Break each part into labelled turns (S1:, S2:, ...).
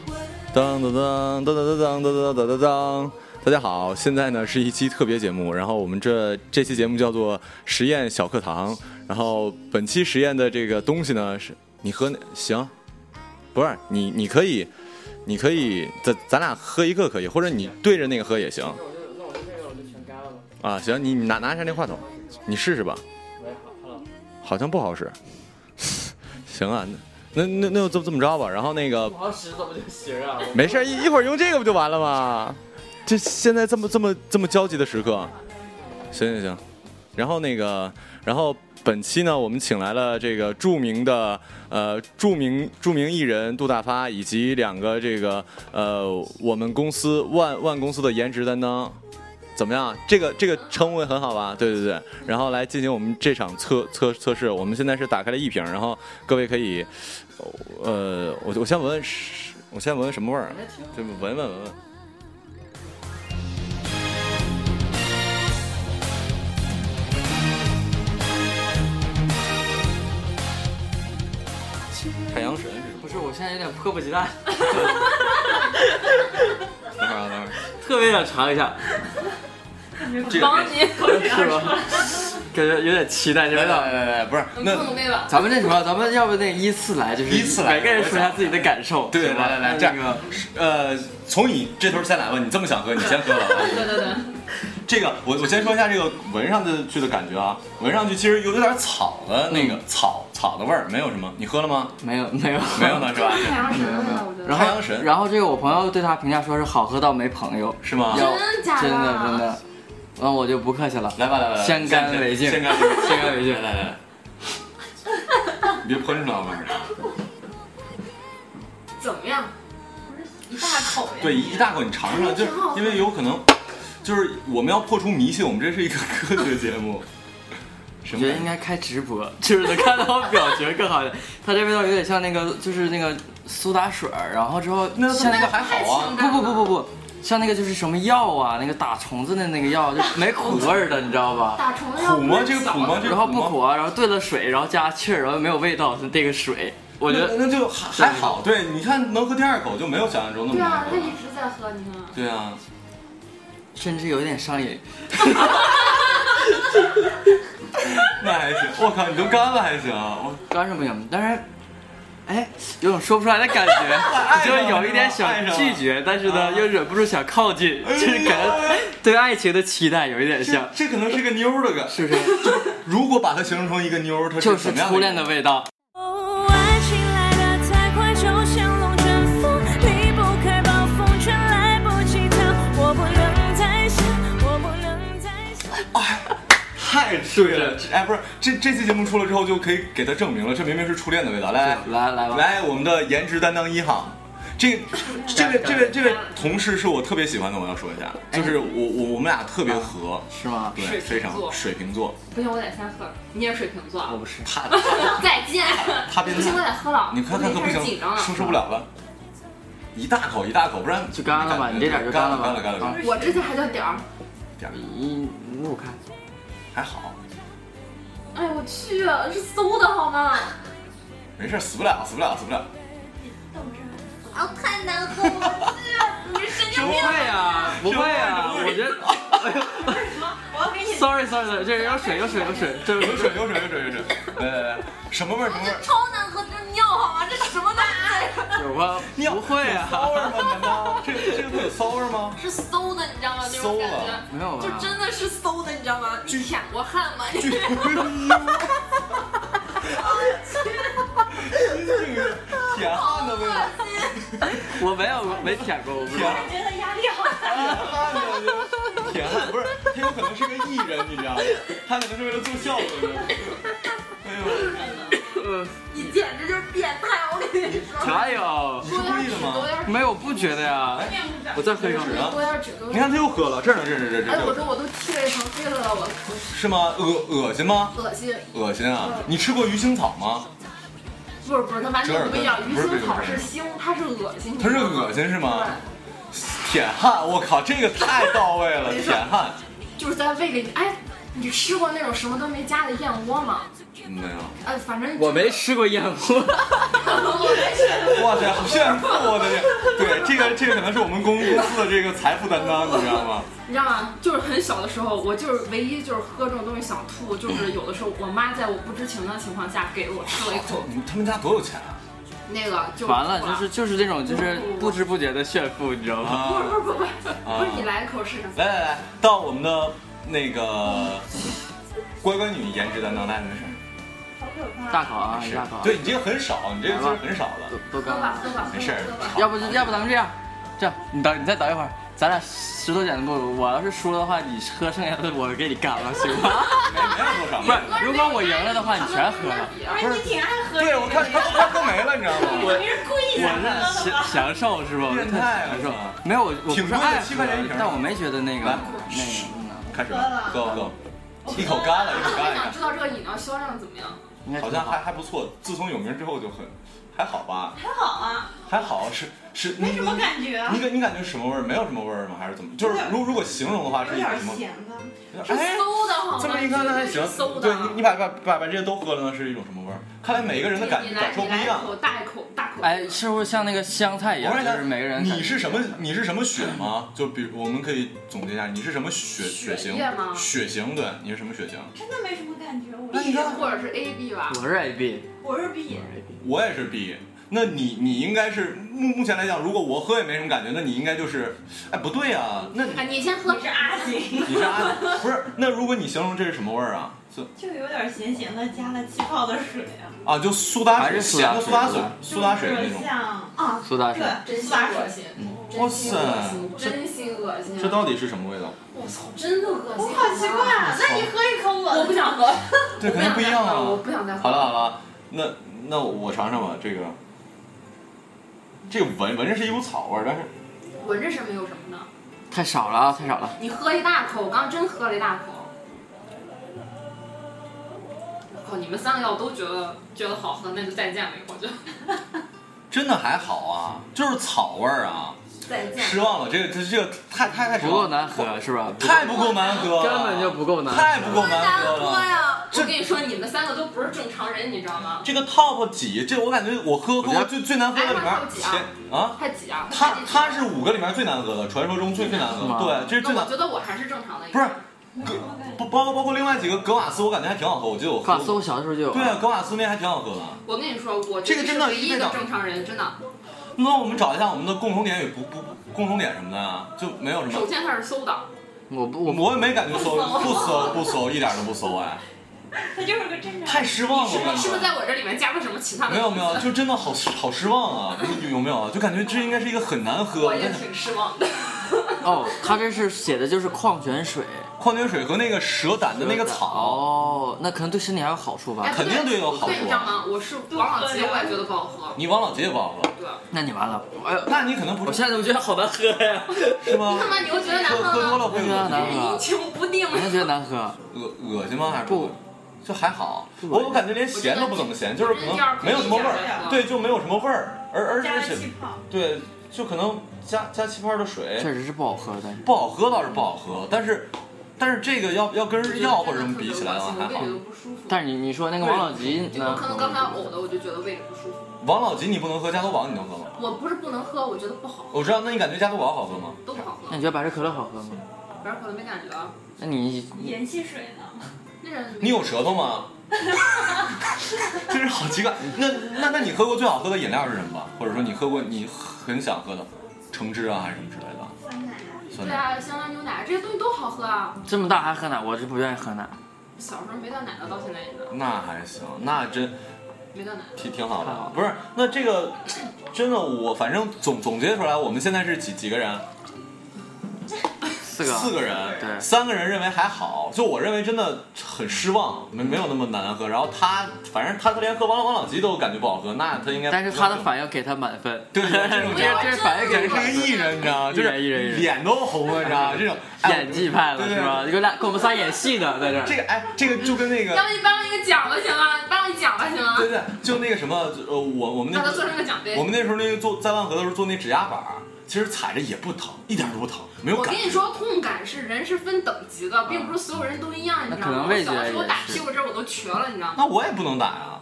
S1: 当当当当当当当当当当当！大家好，现在呢是一期特别节目，然后我们这这期节目叫做实验小课堂，然后本期实验的这个东西呢是你喝那行，不是你你可以，你可以咱咱俩喝一个可以，或者你对着那个喝也行
S2: 那我就那我就这个我就全干了吧。
S1: 啊，行你你拿拿一下那话筒，你试试吧，
S2: 喂，好了，
S1: 好像不好使，行啊，那那那就这么这么着吧，然后那个
S2: 不好使怎么就行啊？我
S1: 没事儿，一一会儿用这个不就完了吗？这现在这么这么这么焦急的时刻，啊行行行。然后那个，然后本期呢，我们请来了这个著名的呃著名著名艺人杜大发，以及两个这个呃我们公司万万公司的颜值担当。怎么样？这个这个称谓很好吧？对对对，然后来进行我们这场测测测试。我们现在是打开了一瓶，然后各位可以，呃，我我先闻闻是，我先闻闻什么味儿啊？
S2: 还挺
S1: 就闻闻闻闻。太阳神是什么？
S2: 不是，我现在有点迫不及待，
S1: 等会儿啊，等会儿。
S2: 特别想尝一下，
S1: 这个
S3: 王杰，
S2: 是吧？感觉有点期待这味
S1: 来
S2: 道。
S1: 来来来，不是
S3: 能
S1: 那
S3: 更努力吧？
S2: 咱们那什么，咱们要不那依次来，就是
S1: 依次来
S2: 每个人说一下自己的感受。
S1: 对
S2: 行吧
S1: 来来来
S2: 那个
S1: 呃，从你这头先来吧，你这么想喝，你先喝吧。
S3: 对对对，
S1: 这个我我先说一下这个闻上去的感觉啊，闻上去其实有有点草的那个草草的味儿，没有什么。你喝了吗？
S2: 没有没有
S1: 没有。呢，是吧？
S4: 太阳神了，我觉得。
S2: 然
S1: 太阳
S2: 后
S1: 神
S2: 然后这个我朋友对他评价说是好喝到没朋友，
S1: 是吗？
S2: 要
S4: 真假的
S2: 真的真的，嗯，我就不客气了。
S1: 来吧来吧，来吧
S2: 先干为敬
S1: 先 干为敬，
S2: 先干为敬
S1: 来来来，你别喷出来吧。
S3: 怎么样？一大口呀！
S1: 对，一大口你尝尝，就是因为有可能，就是我们要破除迷信，我们这是一个科学节目。什
S2: 我
S1: 么
S2: 觉得应该开直播， 就是能看到我表情更好一点。它这味道有点像那个，就是那个苏打水儿，然后之后
S1: 那
S2: 像那
S1: 那
S2: 个
S1: 个还好啊，
S2: 不不不不不，像那个就是什么药啊，那个打虫子的那个药，就 没苦味儿的，你知道吧？
S4: 打虫子
S1: 苦吗？这个苦吗？这个
S2: 然后
S1: 苦
S2: 不
S1: 吗？
S2: 苦啊，然后兑了水，然后加气儿，然后没有味道，是这个水，我觉
S1: 那
S2: 得
S1: 那就还还好，对，你看能喝第二口就没有想象中那么
S4: 对啊
S1: 难，
S4: 他
S1: 喝
S4: 一直在喝，你看。
S1: 对啊，
S2: 甚至有一点上瘾。
S1: 那还行。我靠，你都干了还行啊，我
S2: 当然是不行，但是，哎，有种说不出来的感觉，
S1: 上了
S2: 就有一点 想
S1: 爱上了
S2: 拒绝，但是呢，
S1: 啊
S2: 又忍不住想靠近，
S1: 哎
S2: 就
S1: 呦
S2: 是感觉对爱情的期待有一点像
S1: 这，这可能是个妞儿的感
S2: 是不 是？
S1: 如果把它形容成一个妞儿，它
S2: 就是
S1: 什么样
S2: 初恋的味道。
S5: 哦，爱情来得太快，就像龙卷风，离不开暴风圈，来不及逃。我不能再想，我不能再想。
S1: 太对了，这哎，不是这这期节目出了之后就可以给它证明了，这明明是初恋的味道。来
S2: 来来吧，
S1: 来，我们的颜值担当一号，这这位这位这位同事是我特别喜欢的，我要说一下，就是我我我们俩特别合，
S2: 是吗？
S1: 对，
S3: 哎啊水
S1: 非常
S3: 瓶座
S1: 水瓶座，
S3: 不行，我得先喝。你也水瓶座啊
S2: 我？不哎是，
S1: 他
S3: 再见。
S1: 他变
S3: 不行，我
S1: 态，
S3: 得喝了。
S1: 你看看
S3: 啊我
S1: 可不
S3: 得开始
S1: 行
S3: 紧张，了。
S1: 收拾不了了，一大口一大口，不然
S2: 就干了吧你这点就
S1: 干
S2: 干了吧
S1: 干了干了干了
S2: 啊，
S4: 我之前还叫点儿，
S1: 点儿
S2: 你那我看，
S1: 还好，
S4: 哎呦我去，
S3: 啊
S4: 是馊的好吗？
S1: 没事，死不了死不了死不了，
S3: 啊，太难喝了！你是神
S2: 不会呀，不会呀，
S1: 这
S2: 我觉得。哎呦 Sorry Sorry Sorry，这有水有水有水，这
S1: 有水有水有水有水，来来来，什么味儿什么味儿？
S3: 超难喝，这是尿好吗？这什么东西？
S1: 啊
S2: 有吗？
S1: 尿
S2: 不会啊呀，
S1: 骚味儿吗？难道这这个会有骚味儿吗？
S3: 是馊的，你知道吗？那种感
S1: 馊了
S3: 觉。
S2: 没有吧啊
S3: 就？真的是馊的，你知道吗？你舔过汗吗？你
S1: 铁汉的味道，
S2: 我没有我没舔过，我不知
S1: 铁
S2: 道。
S1: 汉
S3: 觉得压力好大。
S1: 我觉得铁汉不是，他有可能是个艺人，你知道吗？他可能是为了做效果的。哎呦，
S2: 呃，
S3: 你简直就是变态！我跟你说，
S2: 哪有？
S1: 你是故意的
S4: 多
S1: 吗？
S4: 点儿
S2: 没有，不觉得呀。我再喝一口。
S1: 是啊
S4: 纸，多点儿纸，多
S1: 你
S4: 点儿
S1: 看他又喝了，这儿呢，这儿呢这儿呢这
S4: 哎，我
S1: 儿呢
S4: 说我都涕泪成飞了，我
S1: 是吗？恶恶心吗？
S4: 恶心。
S1: 恶心啊！你吃过鱼腥草吗？
S4: 不是不是，它完全不一样。鱼
S1: 折耳根
S4: 腥草是腥，它是恶心。
S1: 它是恶心啊是吗？铁汉，我靠，这个太到位了，铁汉。
S4: 就是在胃里，哎，
S3: 你吃过那种什么都没加的燕窝吗？
S1: 没有。
S2: 啊
S3: 呃，反正
S2: 我没吃过燕窝，
S3: 我没吃，
S1: 哇塞，好炫富！我的天，对，这 个这个可能是我们公公司的这个财富担当，你知道吗？
S3: 你知道吗？就是很小的时候，我就是唯一就是喝这种东西想吐，就是有的时候我妈在我不知情的情况下给我吃了一口，
S1: 你他们家多有钱 啊！
S3: 那个就
S2: 完了
S3: 吐
S2: 就是就是这种就是不知不觉的炫富，你知道吗？
S3: 不是
S1: 啊，
S3: 不是不是不是你来一口试试。
S1: 来来来，到我们的那个乖乖女颜值担当，来，没事。
S6: 好可怕！
S2: 大考啊，大考啊，
S1: 对你这个很少，你这个就是很少的
S2: 都，都
S3: 喝
S2: 干
S3: 吧
S2: 了。
S3: 喝吧，
S1: 没事儿
S3: 喝吧。
S2: 要不就要不咱们这样，这样你等你再等一会儿，咱俩石头剪子布，我要是输了的话，你喝剩下的我给你干了，行吗？
S1: 没没有多少。
S2: 不是，如果我赢了的话，你全喝了。
S6: 不是你挺爱喝这
S1: 对
S6: 个
S1: 我看他都快喝没了，你知道吗？
S6: 你是故意
S2: 我
S6: 想喝
S2: 是
S6: 的吧
S2: 享？享受是吧？我
S1: 变
S2: 特
S1: 态啊
S2: 享
S1: 是
S2: 受
S1: 吧。
S2: 没有我，我
S1: 挺
S2: 不
S1: 贵
S2: 是
S1: 的
S2: 爱
S1: 7块钱一
S2: 喝
S1: 瓶
S2: 但我没觉得那个
S1: 来
S2: 那个，
S1: 开始了，喝喝，一口干了，一口
S3: 我特
S1: 干
S3: 别
S1: 了。
S3: 想知道这个饮料销量怎么样。
S2: 应该
S1: 好像还还不错，自从有名之后就很，还好吧，
S6: 还好啊，
S1: 还好是是
S6: 没什么感觉啊
S1: 你，感你感觉什么味儿？没有什么味儿吗？还是怎么？就是如如果形容的话
S6: 有
S1: 是一个
S6: 点
S1: 什么？
S6: 咸吧。
S1: 有点哎
S3: 是，馊的好吗？
S1: 这么一看那还行
S3: 是馊。的
S1: 对。你你把把把把这些都喝了呢，是一种什么味儿？看来每个人的感
S3: 你来
S1: 感受
S3: 你
S1: 不
S3: 来
S1: 一
S3: 一
S1: 样。
S3: 口大一口大口。
S2: 哎，是不是像那个香菜一
S1: 我
S2: 样？
S1: 问一
S2: 就
S1: 下，
S2: 是每个人
S1: 你是什么？你是什么血吗？就比如我们可以总结一下，你是什么血血型
S3: 液吗？
S1: 血型对，你是什么血型？
S6: 真的没什么感觉，我
S1: 那你
S6: 是
S1: 看
S3: 或者是 A B 吧
S2: 我。是 AB，
S6: 我是 B，
S1: 我也是 B。那你你应该是目目前来讲，如果我喝也没什么感觉，那你应该就是，哎不对啊，那你
S3: 哎，你先喝
S6: 你是 R 型，
S1: 你是阿不是？那如果你形容这是什么味儿啊？是
S6: 就有点咸咸的，加了气泡的水啊，
S1: 啊，就苏打
S2: 还
S1: 水，
S2: 是
S1: 咸的苏
S2: 苏
S1: 打
S2: 打
S1: 水
S2: 水，
S1: 苏打水那
S6: 就是
S1: 种。
S6: 像啊，
S2: 苏打水。
S6: 对，
S3: 真啊
S6: 苏
S3: 心
S6: 打
S3: 恶
S6: 水。
S3: 心，
S1: 哇塞，
S3: 真心恶心。
S1: 嗯这到底是什么味道？
S3: 我操，真的恶心。
S6: 我好奇怪，啊，那你喝一口我的，
S3: 我不想喝。
S1: 对，肯定不一样
S3: 我
S1: 啊。
S3: 不想再喝
S1: 好了。好了，那那我尝尝吧，这个，这个闻闻着是一股草味儿，但是
S3: 闻着什么有什么呢？
S2: 太少了啊，太少了。
S3: 你喝一大口，我刚真喝了一大口。我哦靠，你们三个要都觉得觉得好喝，那就再见了，以后就。
S1: 真的还好啊，就是草味儿啊，
S3: 再见。
S1: 失望了，这个这这个太太太失
S2: 不
S1: 望
S2: 够
S1: 了
S2: 难喝是吧？
S1: 太不够难喝了，
S2: 根本就不够难喝
S1: 太不够难喝
S6: 喝
S1: 了。
S6: 呀，
S3: 我跟你说，你们三个都不是正常人，你知道吗？
S1: 这个 top 几？这我感觉我喝喝过
S2: 我觉得
S1: 最最难喝的里面
S3: 哎它 top 几啊
S1: 前啊，
S3: 太挤啊！
S1: 它
S3: 太挤
S1: 它是五个里面最难喝的，传说中最最难喝
S2: 是吗
S1: 的。对，这是最难
S3: 那我，觉得我还是正常的一
S1: 不
S3: 个。
S1: 是
S6: 没什么感觉。
S1: 不包括包括另外几个格瓦斯，我感觉还挺好喝，我记得我喝
S2: 卡
S1: 过。
S2: 斯，我小的时候就有。
S1: 对啊，格瓦斯那还挺好喝的。
S3: 我跟你说，我
S1: 这个真的
S3: 是唯一
S1: 非
S3: 的
S1: 常
S3: 正常人，真的。
S1: 那我们找一下我们的共同点与不不不共同点什么的啊，就没有什
S3: 首
S1: 么。
S3: 先它是馊的，
S2: 我不，我不，
S1: 我也没感觉馊，不馊不馊，一点都不馊哎，
S6: 他就是个正常。
S1: 太失望了，
S3: 是
S1: 我
S3: 不
S1: 感
S3: 是是不是
S1: 觉。
S3: 在我这里面加了什么其他的？
S1: 没有没有，，就真的好好失望啊！有有没有啊？就感觉这应该是一个很难喝
S3: 我也
S1: 但是
S3: 挺失望的。
S2: 哦，他这是写的就是矿泉水
S1: 矿泉水和那个蛇胆的那个草，
S2: 哦，那可能对身体还有好处吧
S3: 哎，？
S1: 肯定对有好处啊
S3: 对，你知道吗？我是王老吉，我也觉得不好喝。
S1: 你王老吉也不好喝，
S3: 对，
S2: 那你完了，哎呦，
S1: 那你可能不
S2: 我
S1: 是
S2: 现在都觉得好难喝呀，
S1: 是吗？
S3: 他妈，你又觉得难
S1: 喝喝多
S3: 喝吗？
S1: 了会
S2: 我觉得
S1: 恶
S2: 难
S1: 心，
S2: 喝
S3: 阴，晴哎不定。
S2: 我就
S1: 哎
S2: 觉得难喝。
S1: 恶恶心吗？还是
S2: 不？
S1: 就还好，
S2: 不
S1: 我我感觉连咸都不怎么咸，就是可能没有什么味
S3: 我觉得第二
S1: 儿，
S3: 口
S1: 对，就没有什么味儿，而而
S6: 加
S1: 而
S6: 了
S1: 且
S6: 气泡，
S1: 对，就可能加加气泡的水
S2: 确实是不好喝，但是
S1: 不好喝倒是不好喝，但是但是这个要要跟药或者什么比起来的话
S3: 我
S1: 还
S3: 胃
S1: 好
S3: 里。都不舒服。
S2: 但是你你说那个王老吉
S3: 我
S2: 呢？
S3: 可能刚才呕的，我就觉得胃里不舒服。
S1: 王老吉你不能喝，加多宝你能喝吗？
S3: 我不是不能喝，我觉得不好喝，
S1: 我知道，那你感觉加多宝好喝吗？
S3: 都不好喝
S2: 那。你觉得百事可乐好喝吗？
S3: 反正可能没感觉啊。
S2: 那你
S6: 盐汽水呢？
S3: 那人
S1: 你有舌头吗？ 真是好奇怪。那那那你喝过最好喝的饮料是什么吧？或者说你喝过你很想喝的橙汁啊，还是什么之类的？
S6: 酸奶啊。
S1: 酸
S3: 对
S1: 奶。
S3: 啊，香蕉牛奶这些东西都好喝啊。
S2: 这么大还喝奶，我是不愿意喝奶。
S3: 小时候没断奶的，到现在也呢，
S1: 那还行，那真
S3: 没断奶。
S1: 挺挺好
S2: 太好
S1: 的
S2: 了。
S1: 不是，那这个真的，我反正总总结出来，我们现在是几几个人？
S2: 四个，
S1: 四个人，
S2: 对
S1: 三个人认为还好，就我认为真的很失望，没没有那么难喝。然后他，反正他他连喝王王老吉都感觉不好喝，那他应该。
S2: 但是他的反应给他满分。
S1: 对对对这种
S2: 这这是反应给
S1: 应 是
S2: 他
S1: 个
S2: 满分
S1: 艺人，你知道吗？就是
S2: 艺人艺人艺人
S1: 脸都红了，你知道吗？这 种哎
S2: 演技派了
S1: 对对
S2: 是吧？你给我俩给我们仨演戏呢，在这儿。
S1: 这个哎，这个就跟那
S3: 要
S1: 个
S3: 不你颁我一个奖吧，行吗？颁我一奖吧，行吗
S1: 对？对，就那个什么呃，我我们那
S3: 把它
S1: 个
S3: 做成个奖杯
S1: 我。们那时候那个做在万和的时候做那指压板儿，其实踩着也不疼，一点都不疼，没有
S3: 我
S1: 感
S3: 跟
S1: 觉。
S3: 你说，痛感是人是分等级的，并不是所有人都一样，你知道
S2: 那可
S3: 吗？
S2: 能
S3: 我
S2: 味觉
S3: 小的时候
S2: 也
S3: 打
S2: 是
S3: 屁股针我都瘸了，你知道吗？
S1: 那我也不能打呀、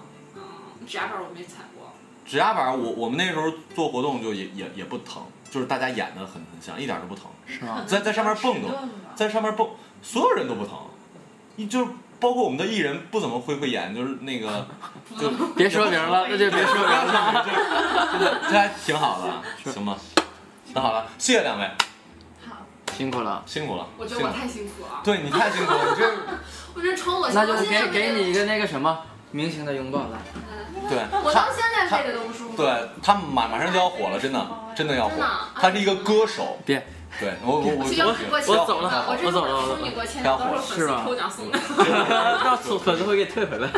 S3: 指甲板我没踩过，
S1: 指甲板儿我我们那时候做活动就也也也不疼，就是大家演的很很像，一点都不疼，
S2: 是
S3: 啊
S2: 吗？
S1: 在在上面蹦
S7: 迟钝
S1: 蹦
S7: 了，
S1: 在上面蹦，所有人都不疼，你就是包括我们的艺人不怎么会会演，就是那个就
S2: 别说名了，那就别说名了。
S1: 这还挺好的，行吧？那好了，谢谢两位，
S2: 辛苦了，
S1: 辛苦了，
S3: 我觉
S1: 辛
S3: 得我
S1: 苦
S3: 太辛苦了，
S1: 对你太辛苦了，你这
S3: 我真抽我，
S2: 那
S3: 我
S2: 就
S3: 现在
S2: 给给你一
S3: 个，
S2: 个那个什么明星的拥抱来。
S1: 对
S3: 我
S1: 他
S3: 到现在背着都不舒服。
S1: 对他马马上就要火了，真的真的要火
S3: 真的啊，
S1: 他是一个歌手，
S2: 别，
S1: 对我我我
S3: 其实要不过
S1: 我
S3: 千
S2: 我走了
S3: 我这
S2: 我走了
S3: 本书你给我签名，到时候粉丝
S2: 是吧
S3: 抽奖
S2: 嗯
S3: 送的。
S2: 到时候粉丝会给退回来。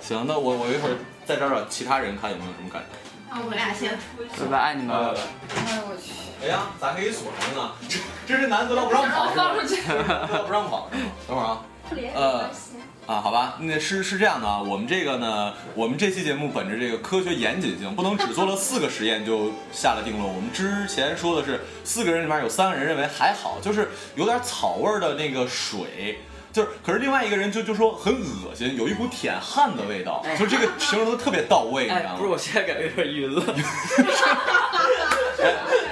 S1: 行，那我我一会儿再找找其他人看有没有什么感觉。
S7: 那我们俩先出去。
S2: 拜拜，爱你们。
S1: 呃，
S7: 哎我 去，
S1: 哎呀，咋给锁上了呢？这这是男德劳不让跑是吧？
S3: 放出去。
S1: 德劳不让跑是吗？等会儿啊。
S6: 别
S1: 呃啊，好吧，那是是这样的啊，我们这个呢，我们这期节目本着这个科学严谨性，不能只做了四个实验就下了定论。我们之前说的是四个人里面有三个人认为还好，就是有点草味儿的那个水。就是，可是另外一个人就就说很恶心，有一股舔汗的味道，就这个形容的特别到位，你知道
S2: 哎，
S1: 吗？
S2: 不是，我现在感觉有点晕了。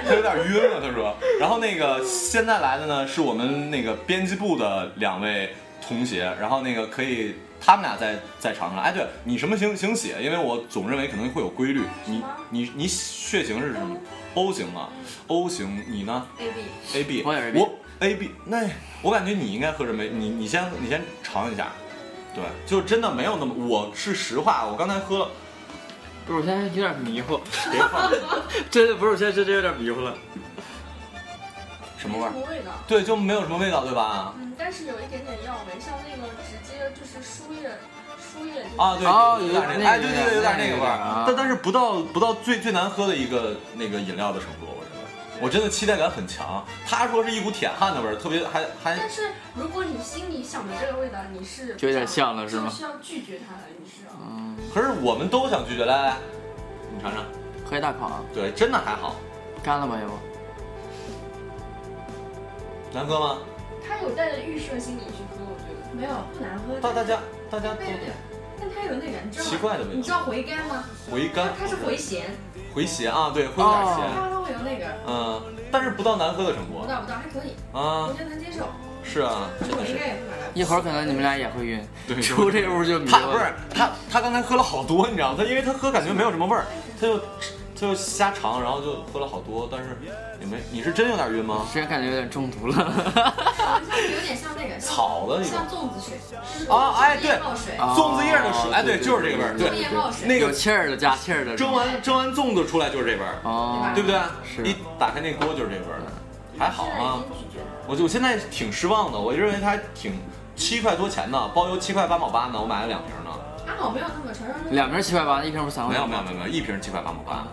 S1: 他有点晕了，他说。然后那个现在来的呢，是我们那个编辑部的两位同学，然后那个可以他们俩在在场上。哎，对你什么型型血？因为我总认为可能会有规律。你你你血型是什么？O 型啊，O 型。你呢
S7: 嗯 A B，
S1: ？A B。
S2: 我也是 AB
S1: 我 A B。那我感觉你应该喝着没？你你先你先尝一下。对，就真的没有那么，我是实话，我刚才喝了，
S2: 不是，我现在有点迷糊。
S1: 别放
S2: 真的不是，我现在真真有点迷糊了。
S1: 什么味儿？
S7: 味道。
S1: 对，就没有什么味道，对吧？
S7: 嗯，但是有一点点药味，像那个直接就是输液，输液就是
S1: 啊，对，
S2: 哦
S1: 有
S2: 有
S1: 点那个，
S2: 那
S1: 哎，
S2: 个
S1: 对对对，有点那个味儿
S2: 啊，
S1: 但但是不到不到最最难喝的一个那个饮料的程度，我认为，我真的期待感很强。他说是一股铁汉的味儿，特别还还
S7: 但是如果你心里想的这个味道，你是
S2: 就有点像了是吗嗯
S7: 就是要拒绝它的，你是啊。
S1: 可是我们都想拒绝，来来来，你尝尝，
S2: 喝一大口啊，
S1: 对，真的还好，
S2: 干了吧，要不？
S1: 难喝吗？
S7: 它有带着预设心理去喝，我觉得。
S6: 没有不难喝，
S1: 大大家大家
S6: 但有点
S1: 都，
S6: 但它有那个，你知道
S1: 奇
S6: 吗？
S1: 怪的味
S6: 你知
S1: 道，
S6: 道回甘吗？
S1: 回甘
S6: 它是回咸，
S1: 回咸啊，对，会有点咸，
S6: 它它会有那个，
S1: 嗯，但是不到难喝的程
S6: 不
S1: 度
S6: 到不到还可以，我
S1: 啊，
S6: 觉得能接受。
S1: 是啊，真
S6: 我
S1: 的
S6: 应
S1: 是。
S6: 该也不买来。
S2: 一会儿可能你们俩也会晕。
S1: 对
S2: 出这屋 就迷
S1: 他
S2: 糊
S1: 不是
S2: 了。
S1: 他，他刚才喝了好多，你知道吗？他因为他喝感觉没有什么味儿，他就他就瞎尝，然后就喝了好多，但是也没，你是真有点晕吗？
S2: 真感觉有点中毒了。
S6: 好像有点像那个，像
S1: 啊草的那种
S6: 像粽子水，就是
S1: 啊哎
S6: 粽子叶泡水，
S2: 啊
S1: 粽子叶的水，哎对，
S2: 对对
S1: 就是这个味儿，
S6: 粽子叶
S1: 对，
S6: 泡水，
S1: 那
S2: 有
S1: 个
S2: 气儿的加气儿的。
S1: 蒸完蒸完粽子出来就是这味儿，
S2: 哦，
S1: 对不对？
S2: 是
S1: 一打开那锅就是这味儿的，还好啊，
S6: 已经拒绝了。
S1: 我就我现在挺失望的，我认为它还挺七块多钱呢，包邮七块八毛八呢，我买了两瓶呢，
S6: 还好没有那么传说中
S2: 两瓶七块八，一瓶不是三块
S1: 没有
S2: 八。
S1: 没有没有没有，一瓶七块八毛
S2: 啊
S1: 八，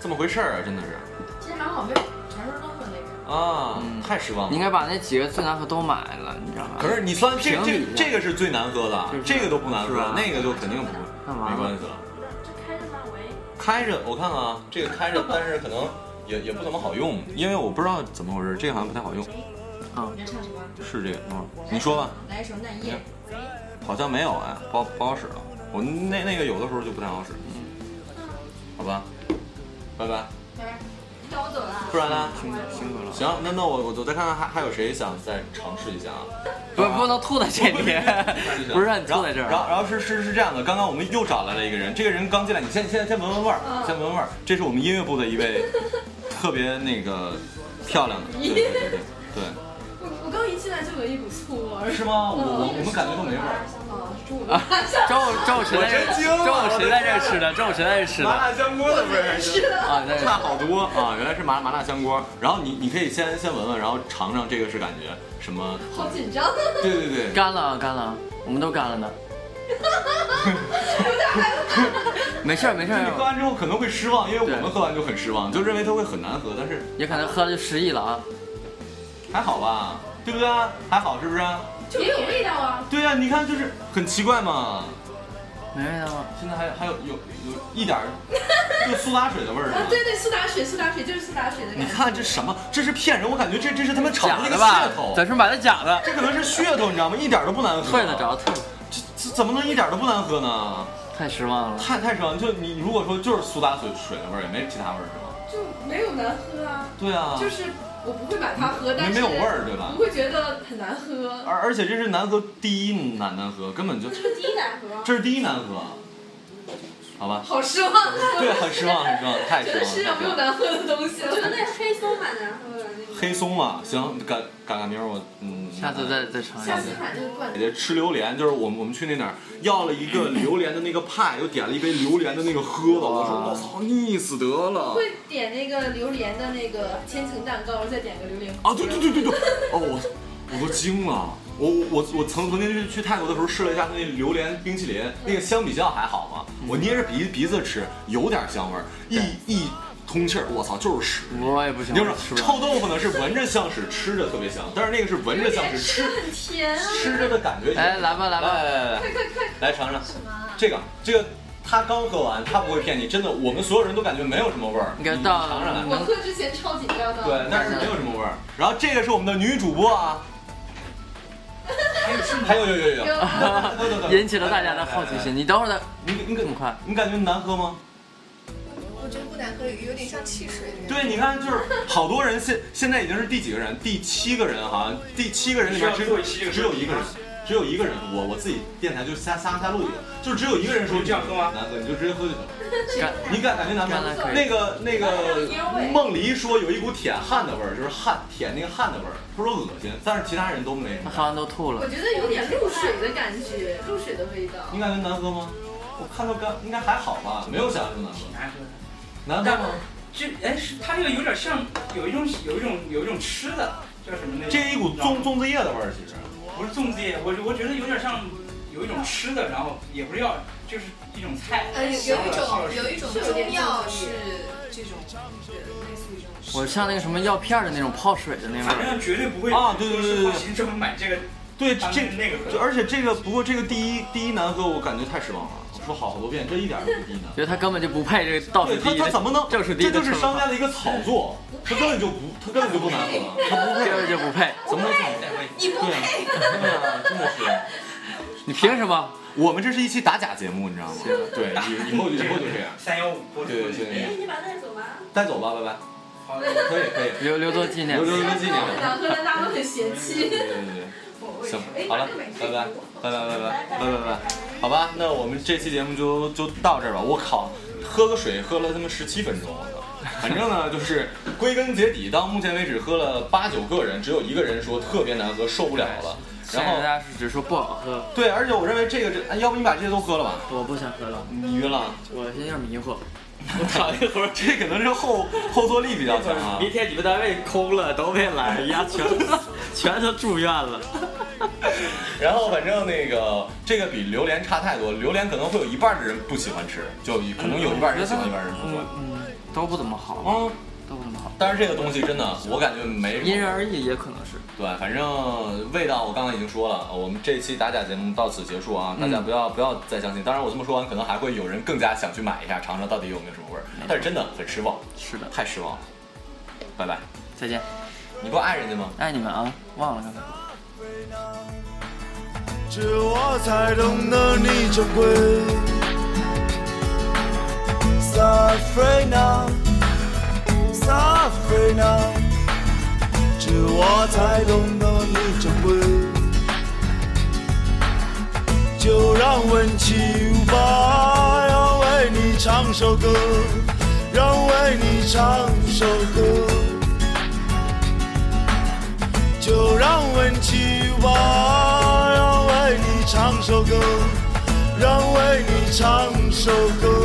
S1: 这么回事儿啊，真的是。
S6: 其实还好没有传说中的那个。
S1: 啊
S2: 嗯，
S1: 太失望
S2: 你应
S1: 了。
S2: 该把那几个最难喝都买了，你知道吧？
S1: 可是你算这
S2: 评
S1: 这
S2: 啊理一下
S1: 这个是最难喝的
S2: 就是，
S1: 这个都不难喝
S2: 是吧，
S1: 那个就肯定不会，
S2: 干嘛呢
S1: 没关系了。
S7: 这开着吗？喂，
S1: 开着我看看啊，这个开着，但是可能也也不怎么好用，因为我不知道怎么回事，这个好像不太好用。
S2: 啊
S6: 你要唱什么？
S1: 是这个啊，你说吧，
S6: 来一首《难夜》。
S1: 好像没有哎，不好不好使了。我那那个有的时候就不太好使，好吧，拜拜。
S6: 那我走了。
S1: 不然呢？
S2: 辛苦辛苦了，
S1: 行，那那我我我再看看还还有谁想再尝试一下啊？
S2: 不是不能吐 在这里， 不是让你
S1: 然
S2: 吐
S1: 后
S2: 在这儿啊
S1: 然。后然后是是是这样的，刚刚我们又找来了一个人，这个人刚进来，你先先先闻闻味儿，
S7: 嗯
S1: 先闻闻味儿。这是我们音乐部的 一位特别那个漂亮的，对对对对对，
S7: 我我刚一进来就有一股醋味儿。嗯
S1: 是吗？我我我们感觉都没味儿。
S7: 啊，中午
S2: 啊，中午中午谁在
S1: 我真
S2: 这？
S1: 惊了
S2: 中午谁在这吃的？中午谁在这吃的？
S1: 辣香锅的味儿，
S2: 啊，在这
S1: 差好多啊！原来是麻麻辣香锅。然后你你可以先先闻闻，然后尝尝这个是感觉什么？
S6: 好紧张，
S1: 对对对，
S2: 干了啊，干了啊，我们都干了 呢。没事儿没事
S1: 你喝
S2: 儿，
S1: 完之后可能会失望，因为我
S2: 对
S1: 们喝完就很失望，就认为它会很难喝，但是
S2: 也可能喝了就失忆了啊。
S1: 还好吧，对不对啊？还好是不是啊？
S6: 也有味道啊。
S1: 对呀、你看就是很奇怪嘛。
S2: 没味道吗？
S1: 现在还还有有有一点 儿就苏打水的味儿是
S7: 啊
S1: 吗？
S7: 对对，苏打水，苏打水就是苏打水的感觉。
S1: 你看这什么？这是骗人！我感觉这这是他们炒
S2: 假
S1: 的一
S2: 的
S1: 个
S2: 吧
S1: 噱？头，
S2: 咱是买的假的，
S1: 这可能是噱头，你知道吗？一点儿都不难喝。
S2: 退了着，退了，
S1: 这这怎么能一点儿都不难喝呢？
S2: 太失望了。
S1: 太太奢望，就你如果说就是苏打水水的味儿，也没其他味儿是吗？
S7: 就没有难喝啊，
S1: 对啊，
S7: 就是我不会把它喝，但
S1: 没
S7: 是
S1: 没有味儿对吧啊
S7: 不？会觉得很难 喝，
S1: 而而且这是难喝第一难难喝，根本就
S7: 这是第一难喝，
S1: 这是第一难喝，好吧？
S7: 好失望啊！
S1: 对，啊很失望，很失望，太
S7: 觉
S1: 失
S7: 得
S1: 望
S7: 世界上没
S1: 太失
S7: 有
S1: 望。
S7: 难喝的东西了。
S6: 我觉得那黑松蛮难喝的那个。
S1: 黑松嘛，行，改改改名儿我嗯，
S2: 下次再再尝一
S7: 下次
S2: 下。
S7: 买那个罐
S1: 姐
S7: 头，
S1: 姐吃榴莲，就是我们我们去那哪儿要了一个榴莲的那个派，又点了一杯榴莲的那个喝的，我说我操，腻死得了。
S7: 会点那个榴莲的那个千层蛋糕，再点个榴莲
S1: 啊，对对对对对，哦，我我都惊了。我我我曾曾经是去泰国的时候试了一下那榴莲冰淇淋，那个相比较还好嘛，我捏着鼻鼻子吃，有点香味儿，一一通气儿，我操，就是屎。
S2: 我也不行，
S1: 你就说
S2: 我吃不了
S1: 臭豆腐呢是闻着像屎，吃着特别香，但是那个是闻着像屎，吃
S7: 很甜啊！
S1: 吃着的感觉也。
S2: 哎，来吧
S1: 来
S2: 来吧，
S1: 来来来，
S7: 快快快！
S1: 来尝尝
S6: 什么啊？
S1: 这个这个，他刚喝完，他不会骗你，真的，我们所有人都感觉没有什么味儿，
S2: 你看
S1: 你尝尝来
S2: 到
S7: 我喝之前超紧张的，
S1: 对，但是没有什么味儿。然后这个是我们的女主播啊，还有有有 有有，等等等
S2: 引起了大家的好奇。心。你等会儿再
S1: 你你
S2: 这么快，
S1: 你感觉难喝吗？
S8: 我觉得不难喝，有点像汽水的感觉。
S1: 对，你看，就是好多人现现在已经是第几个人？第七个人好像，第七个人里面只有只有一个人，只有一个人。我我自己电台就瞎瞎瞎录一个，就只有一个人说这样喝吗？难喝，你就直接喝就行了。
S2: 干
S1: 你感感觉难
S2: 干了
S1: 喝？
S2: 可以
S1: 那个那
S7: 有
S1: 个
S7: 烟味
S1: 梦离说有一股舔汗的味儿，就是汗舔那个汗的味儿，他说恶心，但是其他人都没什么
S2: 喝。完都吐
S7: 我
S2: 了。
S7: 觉得有点露水的感觉，露水的味道。
S1: 你感觉难喝吗？我看到干应该还好吧，没有想象中难喝。
S9: 难喝的。
S1: 难喝吗？
S9: 这哎，是它这个有点像有一种有一种有一种吃的叫什么那个？
S1: 这一股粽粽子叶的味儿，其实
S9: 不是粽子叶，我我觉得有点像有一种吃的，然后也不是药，就是一种菜。
S8: 呃，有有一种有一种中药是这种，是类似于这种。
S2: 我像那个什么药片儿的那种泡水的那味
S9: 反
S2: 儿，
S9: 正绝对不会
S1: 啊对对对对对
S9: 花钱专门买这个。
S1: 对
S9: 当
S1: 这
S9: 时那个
S1: 就而且这个不过这个第一第一难喝，我感觉太失望了。我说好多遍，这一点儿都不第一难。
S2: 觉得他根本就不配这个倒数
S1: 对
S2: 第
S1: 他
S2: 一
S1: 他怎
S2: 的，
S1: 么能？
S2: 正是第一
S1: 这
S2: 的
S1: 就是
S2: 称
S1: 商家的一个炒作，他根本就不他根本就不难喝，他不
S2: 根本就不配。
S1: 怎么能这么
S7: 你不
S1: 对啊 对啊，真的是。
S2: 你凭什么？
S1: 我们这是一期打假节目，你知道吗？对，以以后就以后就这样。
S9: 三幺五，我
S1: 对对对对
S6: 哎，
S1: 对，
S6: 你把它带走吧。
S1: 带走吧，拜拜。
S9: 好
S1: 可以可以，
S2: 留留作纪念
S1: 留。留留
S7: 那
S1: 纪念
S7: 我。很难喝，但大家都很嫌弃。
S1: 对对对。行，好了，拜拜，拜拜，拜拜，拜拜，拜拜，好吧，那我们这期节目就就到这儿吧。我靠，喝个水喝了他妈十七分钟，我靠反正呢，就是归根结底，到目前为止喝了八九个人，只有一个人说特别难喝，受不了了。
S2: 现
S1: 然
S2: 在大
S1: 后
S2: 家是只说不好喝，
S1: 对，而且我认为这个这，哎要不你把这些都喝了吧？
S2: 我不想喝了，
S1: 你晕了，
S2: 我现在有点迷糊。
S1: 我躺一会儿，这可能是后后坐力比较强 啊。
S2: 天你们单位空了，都没来，呀，全全都住院了。
S1: 然后反正那个这个比榴莲差太多，榴莲可能会有一半的人不喜欢吃，就可能有一半人喜欢，一半人不喜欢。
S2: 嗯，都不怎么好，
S1: 嗯，
S2: 都不怎么好，
S1: 但是这个东西真的，我感觉没
S2: 因
S1: 什么。
S2: 人而异，也可能是。
S1: 对，反正味道我刚才已经说了，呃我们这期打假节目到此结束啊，大家不要不要再相信。当然我这么说完，可能还会有人更加想去买一下，尝尝到底有没有什么味儿。但是真的很失望，
S2: 是的，
S1: 太失望了。拜拜，
S2: 再见，
S1: 你不爱人家吗？
S2: 爱你们啊！忘了刚才。
S10: 这我才懂得你珍贵。Suffering now, suffering now，这我才懂得你珍贵。就让温情吧，要为你唱首歌，让为你唱首歌。就让温情吧，让为你唱首歌，让为你唱首歌。